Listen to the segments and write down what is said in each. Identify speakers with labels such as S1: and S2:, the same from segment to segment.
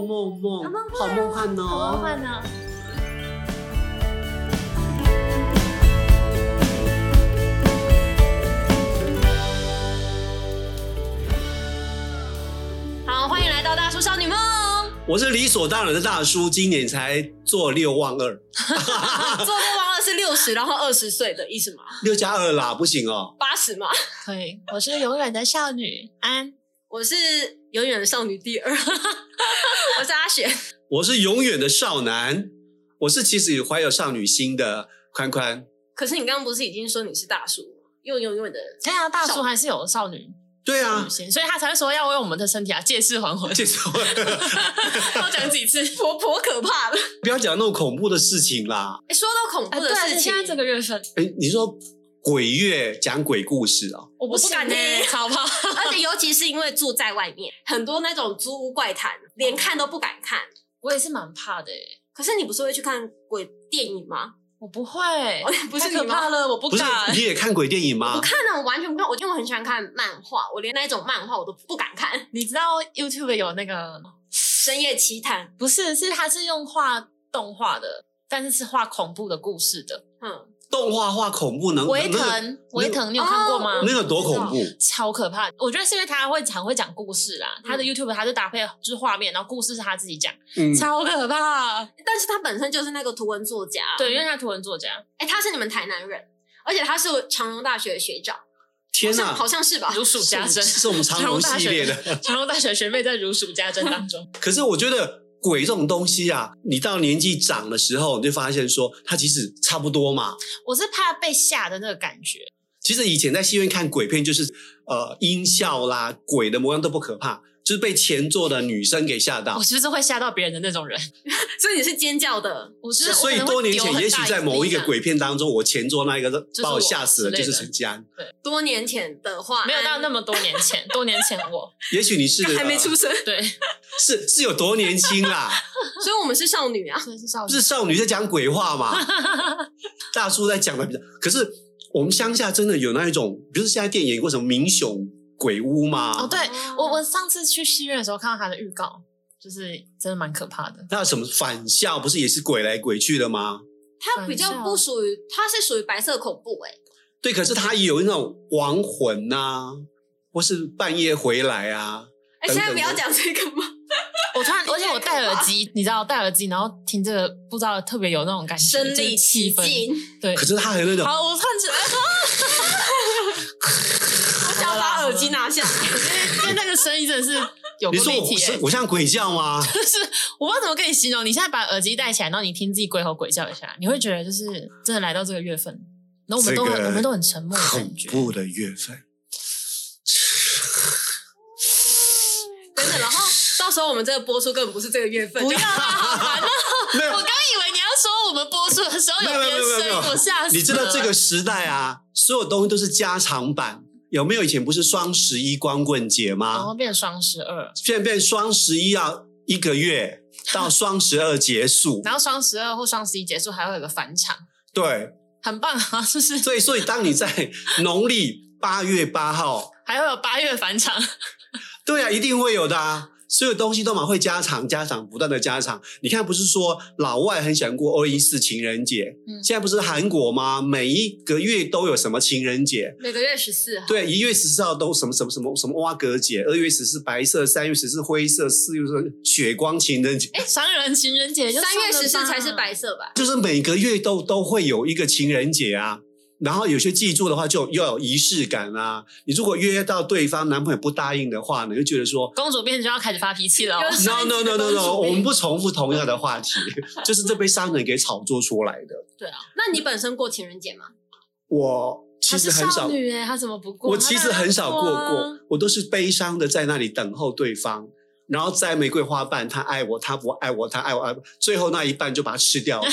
S1: 好梦
S2: 好梦幻哦！
S1: 好梦幻呢。好，欢迎来到大叔少女梦，
S2: 我是理所当然的大叔，今年才做六万二，
S1: 做六万二是六十，然后二十岁的意思吗？
S2: 六加二啦，不行哦。
S1: 八十吗？
S3: 可以，我是永远的少女安。
S1: 我是永远的少女第二， 我是阿雪。
S2: 我是永远的少男，我是其实也怀有少女心的宽宽。
S1: 可是你刚刚不是已经说你是大叔吗，又永远的
S3: 这样大叔还是有少女
S2: 对
S3: 路
S2: 啊，
S3: 线，所以他才会说要为我们的身体啊借势 还魂。
S2: 介绍
S3: 要讲几 次？
S1: 婆婆可怕了。
S2: 不要讲那种恐怖的事情啦。
S1: 诶说到恐
S3: 哎，
S1: 怖
S3: 对
S1: 的
S3: 啊，
S1: 事情，
S3: 现在这个月份，
S2: 哎，你说鬼月讲鬼故事啊、
S3: 我
S1: 不
S3: 不
S1: 敢
S3: 行欸
S1: 欸
S3: 好不好？
S1: 而且尤其是因为住在外面，很多那种租屋怪谈，连看都不敢看。
S3: 我也是蛮怕的欸，
S1: 可是你不是会去看鬼电影吗？
S3: 我不会
S1: 哦，不是
S3: 太
S1: 你吗
S3: 可怕了，我不
S2: 不是
S3: 敢
S2: 你。也看鬼电影
S1: 我
S3: 啊
S2: 吗？
S1: 看了，我完全不看。我因为我很喜欢看漫画，我连那种漫画我都不敢看。
S3: 你知道 YouTube 有那个
S1: 深夜奇谈，
S3: 不是，是它是用画动画的，但是是画恐怖的故事的。
S1: 嗯，
S2: 动画化恐怖能
S3: 维
S2: 那个哦
S3: 腾，维腾，你有看过吗？
S2: 那个多恐怖！
S3: 超可怕！我觉得是因为他会很会讲故事啦，他的 YouTube 他是搭配就是画面，然后故事是他自己讲，
S2: 嗯，
S3: 超可怕。
S1: 但是他本身就是那个图文作家。啊
S3: 对，因为他图文作家，
S1: 哎、他是你们台南人，而且他是长荣大学的学长，好
S2: 天
S1: 像
S2: 哪
S1: 好，像是吧？
S3: 如数家珍，
S2: 是我们长荣系列的。
S3: 长荣大学学妹在如数家珍当中，
S2: 可是我觉得鬼这种东西啊，你到年纪长的时候，你就发现说，它其实差不多嘛。
S3: 我是怕被吓的那个感觉。
S2: 其实以前在戏院看鬼片，就是呃音效啦、鬼的模样都不可怕，就是被前座的女生给吓到
S3: 我。就是会吓到别人的那种人，
S1: 所以你是尖叫的，
S3: 我就是
S2: 所以
S3: 我可能会
S2: 多年前，
S3: 丢很
S2: 也
S3: 大
S2: 许在某一个
S3: 力
S2: 鬼片当中，我前座那一个
S3: 是
S2: 把我
S3: 我
S2: 吓死了，
S3: 之
S2: 就
S3: 类
S2: 是
S3: 的
S2: 陈吉安。
S1: 多年前的话
S3: 量，没有到那
S1: 么
S3: 么多年前， 多年前我
S2: 也许 你是
S1: 还没出
S2: 呃
S1: 生，
S3: 对，
S2: 是是有多年轻啦？
S1: 所以我们是少女 啊。
S3: 所以是少
S2: 不是少女在讲鬼话 嘛？大叔在讲的比较，可是我们乡下真的有那一种，比如说现在电影演过什么《民雄鬼屋》吗？
S3: 哦，对我我上次去戏院的时候看到他的预告，就是真的蛮可怕的。
S2: 那什么返校不是也是鬼来鬼去的吗？
S1: 它比较不属于，它是属于白色恐怖哎、
S2: 对，可是他也有那种亡魂呐、或是半夜回来啊。
S1: 哎、
S2: 等等的
S1: 现在不要讲这个吗？
S3: 我突然，而且我戴耳机，你知道，戴耳机，然后听这个，不知道特别有那种感觉，
S1: 身
S3: 就是
S1: 临其
S3: 气氛。
S1: 境，
S3: 对
S2: 可，是他还有那种，
S3: 好，我突然觉得，
S1: 我想要把耳机拿下来。
S3: 因为那个声音真的是有
S2: 你
S3: 够
S2: 说
S3: 立体
S2: 我、是
S3: 欸。
S2: 我像鬼叫 吗？
S3: 就是我不知道怎么跟你形容，你现在把耳机戴起来，然后你听自己鬼吼鬼叫一下，你会觉得就是真的来到这个月份，然后我们都很、
S2: 这个
S3: 我们都很沉默的
S2: 恐
S3: 感觉。
S2: 怖的月份，
S1: 等等，然后到时候我们这个播出根本不是这个月份，
S3: 不要啦，好烦啊！
S2: 没有
S3: 我刚以为你要说我们播出的时候
S2: 没有没
S3: 别
S2: 有没有
S3: 声
S2: 没
S3: 音，
S2: 有
S3: 我吓死了。
S2: 你知道这个时代啊，所有东西都是加长版。有没有以前不是双十一光棍节
S3: 然
S2: 吗
S3: 后？变双十二，
S2: 现在变双十一要一个月到双十二结束，
S3: 然后双十二或双十一结束还会有个返场，
S2: 对，
S3: 很棒啊！就是
S2: 所以所以当你在农历八月八号，
S3: 还会有八月返场，
S2: 对啊，一定会有的啊。所有东西都嘛会加长、加长、不断的加长。你看，不是说老外很喜欢过二一四情人节，
S3: 嗯
S2: 现在不是韩国吗？每一个月都有什么情人节？
S1: 每个月十四号。
S2: 对，一月十四号都什么什么什么什么蛙格节，二月十四白色，三月十四灰色，四月十四雪光情人节，
S3: 哎，商人情人节就
S1: 三月
S3: 算
S1: 十
S3: 了
S1: 四
S3: 吧
S1: 才是，白色吧？
S2: 就是每个月都都会有一个情人节啊。然后有些记住的话，就要有仪式感啊。你如果约到对方男朋友不答应的话，你就觉得说
S3: 公主病就要开始发脾气了哦。
S1: 有
S2: no no no no no，
S1: 公主病
S2: 我们不重复同样的话 题，就是这被商人给炒作出来的。
S1: 那你本身过情人节吗？
S2: 我其
S3: 她
S2: 实
S3: 是
S2: 很
S3: 少
S2: 少，
S3: 女哎，她怎么不过？
S2: 我其实很少过
S3: 她当然要啊
S2: 过，我都是悲伤的在那里等候对方，然后摘玫瑰花瓣，他爱我，他不爱我，他爱我，爱我最后那一半就把它吃掉 了，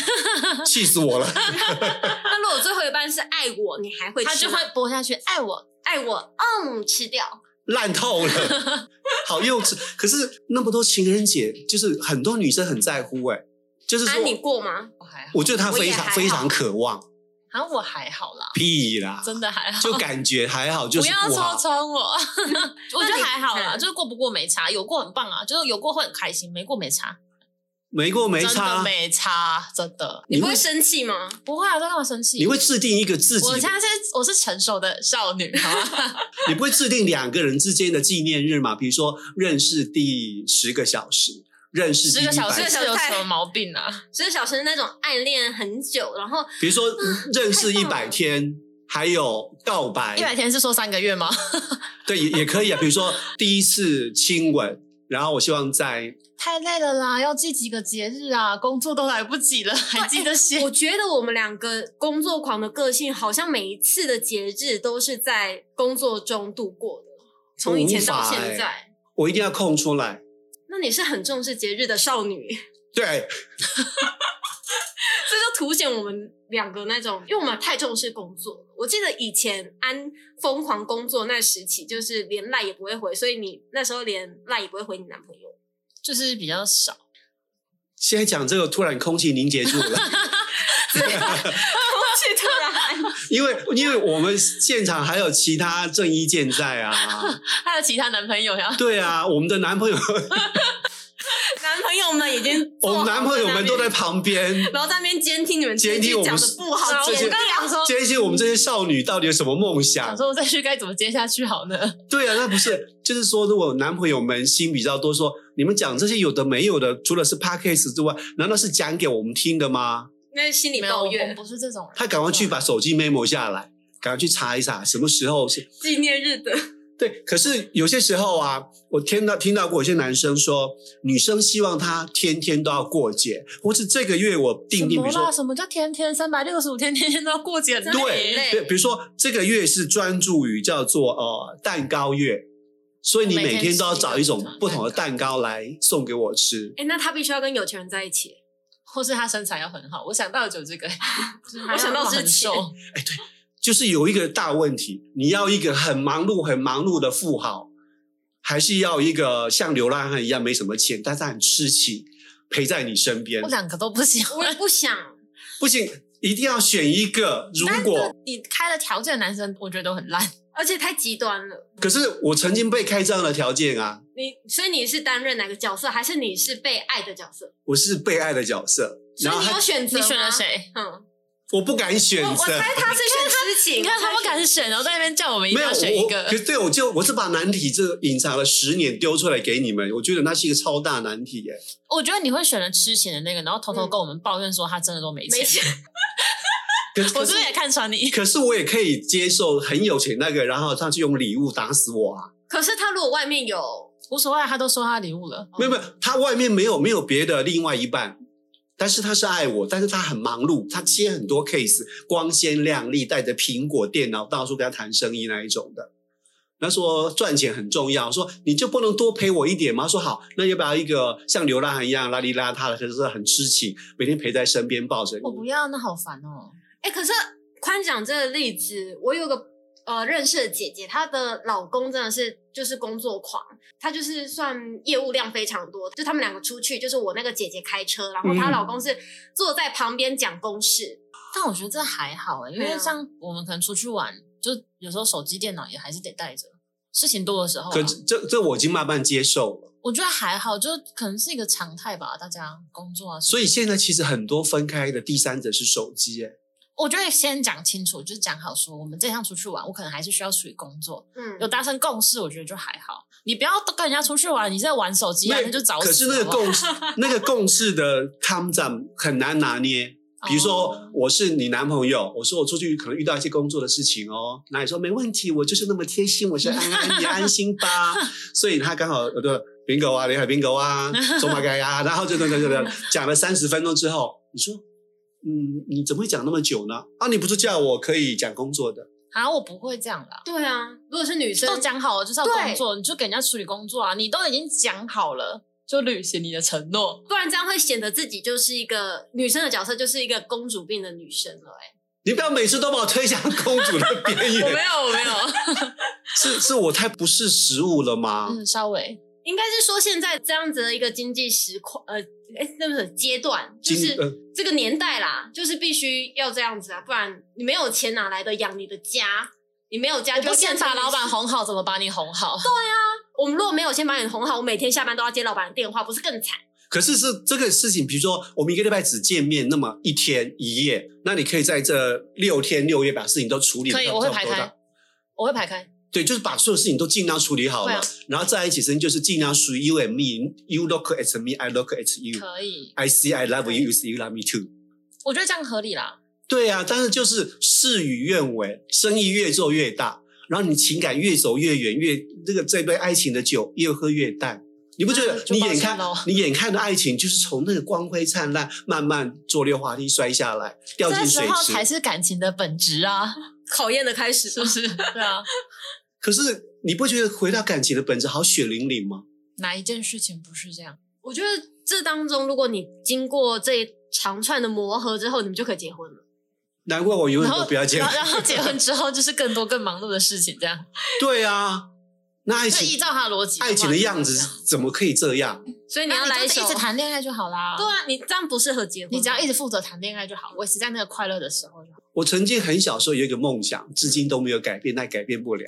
S2: 气死我了。
S1: 那如果最后一半是爱我，你还会吃吗
S3: 她就会播下去，爱我。
S1: 爱我，嗯，吃掉。
S2: 烂透 了，好幼稚。可是那么多情人节，就是很多女生很在乎哎、就是
S1: 啊，
S2: 说，
S1: 你过吗？
S3: 我还好，
S2: 我觉得她非
S1: 我也还
S2: 常
S1: 好
S2: 非常渴望，
S3: 好像我还好 啦，
S2: 屁啦，
S3: 真的还好。
S2: 就 感觉还好，就
S3: 不
S2: 是
S3: 要
S2: 不好
S3: 戳。穿我， 我觉得还好啦，
S1: 嗯
S3: 就是过不过没差，有过很棒啊，就是有过会很开心，没过没差。
S2: 没过没
S3: 真的
S2: 差，啊
S3: 没差，真的
S1: 你不会
S2: 你会
S1: 生气吗？
S3: 不会啊，都让我生气。
S2: 你会制定一个自己啊
S3: 我
S2: 的，
S3: 现在是我是成熟的少 女，好吗？
S2: 你不会制定两个人之间的纪念日嘛？比如说认识第十个小时，认识第
S3: 十
S2: 一
S3: 个小时
S2: 百
S3: 是有什么毛病啊？
S1: 所以小生那种暗恋很久，然后
S2: 比如说认识
S1: 太
S2: 一
S1: 棒了
S2: 百天，还有告白，
S3: 一百天是说三个月吗？
S2: 对也也可以啊。比如说第一次亲吻，然后我希望在
S3: 太累了啦，要记几个节日啊，工作都来不及了，还记这些？
S1: 我觉得我们两个工作狂的个性，好像每一次的节日都是在工作中度过的，从以前到
S2: 无
S1: 现
S2: 法
S1: 在。
S2: 我一定要空出来。
S1: 那你是很重视节日的少女，
S2: 对，
S1: 这就凸显我们两个那种，因为我们太重视工作了。我记得以前安疯狂工作那时期，就是连赖也不会回，所以你那时候连赖也不会回你男朋友。
S3: 就是比较少。
S2: 现在讲这个突然空气凝结住 了，
S1: 去突然，
S2: 因为因为我们现场还有其他正一健在啊，
S3: 还有其他男朋友呀？
S2: 对啊，我们的男朋 友，
S1: 男朋友们已经
S2: 我们哦男朋友们都在
S1: 坐好
S2: 旁边
S1: 那边，然后在那边监听 你们
S2: 监听
S1: 这一句
S2: 我们
S1: 讲的不好，
S3: 啊
S1: 剪
S2: 这些
S1: 掉
S3: 刚说
S2: 这些我们这些少女到底有什么梦
S3: 想
S2: 想？
S3: 说再去该怎么接下去好呢？
S2: 对啊，那不是，就是说，如果男朋友们心比较多，说你们讲这些有的没有的，除了是 podcast 之外，难道是讲给我们听的吗？
S1: 那是心里
S3: 没有，
S1: 抱
S3: 我们
S1: 怨。
S3: 不是这种人。
S2: 他赶快去把手机 memo 下来，赶快去查一查什么时候是。
S1: 纪念日的，
S2: 对，可是有些时候啊，我听到听到过有些男生说，女生希望他天天都要过节，或是这个月我定定，比如
S3: 什么
S2: 说，
S3: 啦？什么叫天天三百六十五天，天天都要过节？很
S2: 对
S3: 累
S2: 对，比如说这个月是专注于叫做呃蛋糕月，所以你
S3: 我每
S2: 每
S3: 天
S2: 天都要
S3: 吃
S2: 找
S3: 一
S2: 一种
S3: 种
S2: 不同的
S3: 蛋
S2: 蛋糕来送给我吃。
S1: 哎，那他必须要跟有钱人在一起。
S3: 或是他身材要很好。我想到的就这个，就是他
S1: 我想到之
S3: 很
S1: 前
S3: 瘦，
S2: 就是有一个大问题，你要一个很忙碌、很忙碌的富豪，还是要一个像流浪汉一样没什么钱，但是很痴情，陪在你身边
S3: 我？两个都不喜欢。
S1: 我也不想，
S2: 不行，一定要选一个。如果
S3: 你开了条件的男生，我觉得都很烂。
S1: 而且太极端了。
S2: 可是我曾经被开这样的条件啊，
S1: 你所以你是担任哪个角色，还是你是被爱的角色？
S2: 我是被爱的角色，
S1: 所
S2: 然后
S1: 以你有
S2: 还
S1: 选择？
S3: 你选了？谁？
S1: 嗯，
S2: 我不敢选
S1: 我我
S2: 择。
S1: 猜他是选痴情。
S3: 你看他
S1: 我
S3: 不
S1: 猜
S3: 敢选，然后在那边叫我们一
S2: 没
S3: 定
S2: 有
S3: 要选一
S2: 我，
S3: 个
S2: 可。是对我就我是把难题这隐藏了十年丢出来给你们，我觉得那是一个超大难题耶。
S3: 我觉得你会选了痴情的那个，然后偷偷
S1: 嗯
S3: 跟我们抱怨说他真的都没钱。
S1: 没钱，
S2: 可嗯是
S3: 我是不是也看穿你？
S2: 可是我也可以接受很有钱那个，然后他就用礼物打死我啊！
S1: 可是他如果外面有，
S3: 无所谓啊，他都收他礼物了。哦
S2: 没有没有，他外面没有没有别的另外一半，但是他是爱我，但是他很忙碌，他接很多 case，光鲜亮丽，带着苹果电脑到处跟他谈生意那一种的。他说赚钱很重要，说你就不能多陪我一点吗？说好，那要不要一个像流浪汉一样邋里邋遢的，可是很痴情，每天陪在身边抱着你
S3: 我？不要，那好烦哦。
S1: 哎、可是宽讲这个例子，我有个呃认识的姐姐，她的老公真的是就是工作狂，她就是算业务量非常多，就他们两个出去，就是我那个姐姐开车，然后她
S2: 嗯
S1: 老公是坐在旁边讲公事，
S3: 但我觉得这还好哎、因
S1: 对
S3: 为
S1: 啊
S3: 像我们可能出去玩，就有时候手机、电脑也还是得带着。事情多的时候啊、
S2: 可这这这我已经慢慢接受了。
S3: 我觉得还好，就可能是一个常态吧。大家工作啊，
S2: 所以现在其实很多分开的第三者是手机耶，
S3: 我觉得先讲清楚，就是讲好说，我们这趟出去玩，我可能还是需要处理工作，
S1: 嗯
S3: 有，达成共识，我觉得就还好。你不要都跟人家出去玩，你在玩手机啊，
S2: 那
S3: 那就找死。
S2: 可是那个
S3: 好不好
S2: 共 识，那个共识的 come down 很难拿捏。比如说
S3: 哦，
S2: 我是你男朋友，我说我出去可能遇到一些工作的事情哦，那你说没问题，我就是那么贴心，我是安安，你安心 吧。所以他刚好呃对冰狗啊，你好冰狗啊，走马盖 啊，然后就等等等等，讲了三十分钟之后，你说，嗯，你怎么会讲那么久呢？啊，你不是叫我可以讲工作的？
S3: 啊，我不会这样啦。
S1: 对啊，如果是女生
S3: 都讲好了就是要
S1: 对
S3: 工作，你就给人家处理工作啊，你都已经讲好了，就履行你的承 诺。
S1: 不然这样会显得自己就是一个女生的角色，就是一个公主病的女生了、欸。
S2: 你不要每次都把我推向公主的边缘，
S3: 有， 我没 有。
S2: 是是我太不是食物了吗？
S3: 嗯，稍微
S1: 应该是说现在这样子的一个经济实况，呃，哎，那不是阶段，就
S2: 经
S1: 是
S2: 呃
S1: 这个年代啦，就是必须要这样子啊，不然你没有钱哪来的养你的家？你没有家
S3: 我
S1: 就
S3: 不
S1: 会
S3: 先
S1: 变成
S3: 把
S1: 你
S3: 老板。哄好，怎么把你哄好？
S1: 我们如果没有先把你哄好，我每天下班都要接老板的电话，不是更惨？
S2: 可是是这个事情，比如说我们一个礼拜只见面那么一天一夜，那你可以在这六天六夜把事情都处理得
S3: 可以，
S2: 差不
S3: 我
S2: 多
S3: 会排
S2: 的
S3: 开，我会排开。
S2: 对，就是把所有事情都尽量处理好
S3: 会
S2: 了，
S3: 啊
S2: 然后在一起时就是尽量属于 you and me，you look at me，I look at you。
S3: 可以，
S2: I see I love you, you see you love me too。
S3: 我觉得这样合理啦。
S2: 对啊，但是就是事与愿违，生意越做越大，然后你情感越走越远，越这个这杯爱情的酒越喝越淡，你不觉
S3: 啊
S2: 得
S3: 就
S2: 你
S3: 抱
S2: 眼
S3: 歉
S2: 看
S3: 咯
S2: 你眼看的爱情就是从那个光辉灿烂慢慢坐溜滑梯摔下来，掉进
S3: 这时
S2: 水
S3: 候
S2: 池
S3: 才？是感情的本质 啊，
S1: 考验的开始
S3: 是不是？ 对啊，
S2: 可是你不觉得回到感情的本质好血淋淋吗？
S3: 哪一件事情不是这样？
S1: 我觉得这当中，如果你经过这一长串的磨合之后，你们就可以结婚了。
S2: 难怪我永
S3: 然
S2: 远
S3: 后
S2: 都不要结
S3: 然后
S2: 婚。
S3: 然后结婚之后就是更多更忙碌的事情，这样。
S2: 对啊，那爱
S3: 就依
S2: 情
S3: 照他的逻辑话，
S2: 爱情的样
S3: 就是这
S2: 子怎么可以这样？
S1: 所以你
S3: 样，
S1: 要
S3: 那
S1: 来
S3: 你
S1: 一
S3: 就
S1: 首，
S3: 一直谈恋爱就好啦。
S1: 对啊，你这样不适合结婚。
S3: 你只要一直负责谈恋爱就好，维持在那个快乐的时候就好。
S2: 我曾经很小时候有一个梦想，至
S3: 嗯
S2: 今都没有改变，但改变不了。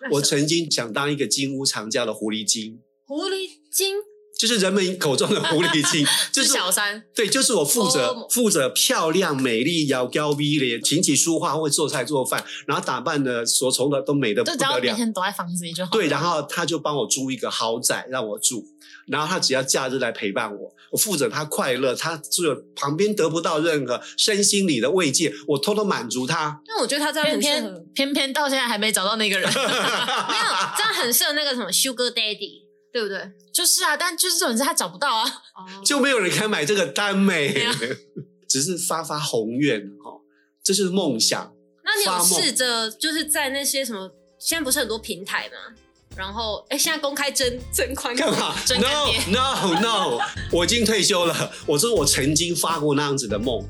S1: 那
S2: 我
S1: 什
S2: 曾经想当一个金屋藏家的狐狸精，
S1: 狐狸精，
S2: 就是人们口中的狐狸精，就是是
S3: 小三，
S2: 对，就是我负责、
S3: 哦
S2: 负责漂亮、美丽、窈窕 V 脸、琴棋书画，会做菜做饭，然后打扮的所从的都美的
S3: 就
S2: 不
S3: 只要
S2: 得
S3: 每
S2: 了。
S3: 天躲在房子里就好。
S2: 对，然后他就帮我租一个豪宅让我住，然后他只要假日来陪伴我，我负责他快乐，他只有旁边得不到任何身心里的慰藉，我偷偷满足他。
S1: 但我觉得他这样很
S3: 偏
S1: 适合，
S3: 偏偏偏到现在还没找到那 个人，
S1: 没有这样很适合那个什么 Sugar Daddy，对不对？
S3: 就是啊，但就是这种事他找不到啊。
S1: 哦，
S2: 就没有人敢买这个单美
S3: 对啊，
S2: 只是发发宏愿哦，这就是梦想。
S1: 那你
S2: 发
S1: 有
S2: 梦
S1: 试着就是在那些什么，现在不是很多平台吗？然后，哎，现在公开征征宽
S2: 干嘛
S3: 真干
S2: ？No
S3: 爹
S2: No No！我已 经退休了。我说我曾经发过那样子的梦，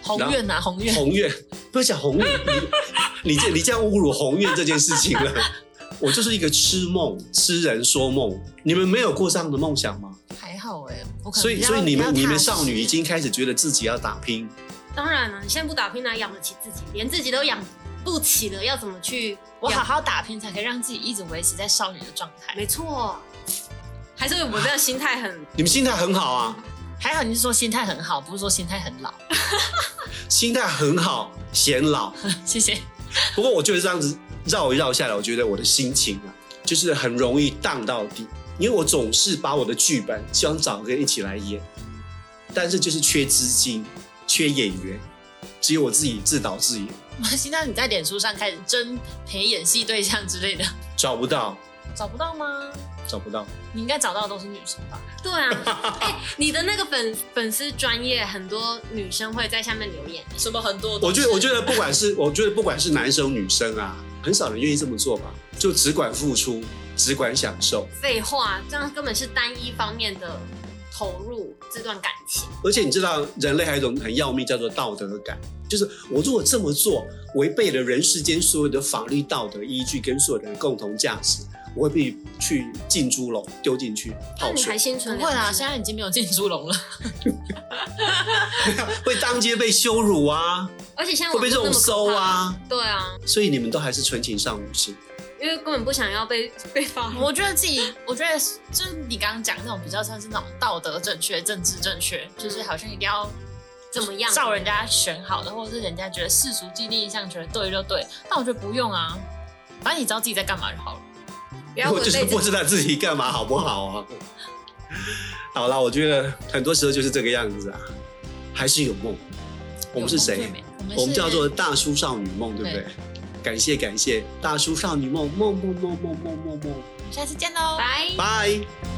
S3: 宏愿呐，宏愿，
S2: 宏愿。不要讲宏愿，你你这你这样侮辱宏愿这件事情了。我就是一个痴梦，痴人说梦。你们没有过这样的梦想吗？
S3: 还好哎，我可能
S2: 所以，
S3: 比较
S2: 所以你们
S3: 比
S2: 你
S3: 较
S2: 们
S3: 踏实
S2: 少女已经开始觉得自己要打拼，
S1: 当然啊了，你现在不打拼哪养得起自己？连自己都养不起了，要怎么 去？
S3: 我好，好打拼，才可以让自己一直维持在少女的状态。
S1: 没错，还是我们的心态很
S2: 你们心态很好啊。
S3: 还好你是说心态很好，不是说心态很老。
S2: 心态很好，显老。
S3: 谢谢。
S2: 不过我就是这样子绕一绕下来，我觉得我的心情啊，就是很容易荡到底，因为我总是把我的剧本希望找个人一起来演，但是就是缺资金，缺演员，只有我自己自导自演，
S3: 我心态你在脸书上开始征陪演戏对象之类的，
S2: 找不到，
S3: 找不到吗？
S2: 找不到。
S3: 你应该找到的都是女生吧？
S1: 对 啊。哎、你的那个粉粉丝专业，很多女生会在下面留言。
S3: 什么很多
S2: 我觉得，我觉得不管是我觉得不管是男生女生啊，很少人愿意这么做吧，就只管付出，只管享受。
S1: 废话，这样根本是单一方面的投入这段感情。
S2: 而且你知道，人类还有一种很要命叫做道德感，就是我如果这么做，违背了人世间所有的法律、道德依据跟所有的共同价值，我会被去进猪笼丢进去
S1: 那
S2: 泡
S1: 你
S2: 水，
S1: 还心存
S3: 不会啦，
S1: 良心
S3: 现在已经没有进猪笼了。
S2: 会当街被羞辱啊，
S1: 而且现在
S2: 会被这
S1: 网
S2: 种
S1: 络那么可
S2: 搜
S1: 怕。
S2: 啊。
S1: 对啊，
S2: 所以你们都还是纯情少女心，
S1: 因为根本不想要被 被发
S3: 我觉得自己，我觉得就是你刚刚讲那种比较像是那种道德正确、政治正确，就是好像一定要
S1: 怎么样
S3: 照人家选好的，或者是人家觉得世俗既定印象觉得对就对。但我觉得不用啊，反正你知道自己在干嘛就好了。
S1: 不 要
S2: 我
S1: 违
S2: 就是
S1: 背
S2: 不
S1: 自己。
S2: 知道自己干嘛好不好啊。好啦，我觉得很多时候就是这个样子啊，还是有梦。我们是
S3: 有
S2: 谁
S3: 梦最？美？我们
S2: 我们
S3: 是
S2: 叫做大叔少女梦，对不对
S3: 对？
S2: 感谢感谢，大叔少女梦，梦梦梦梦梦梦梦，
S3: 下次见喽，
S1: 拜。
S2: 拜。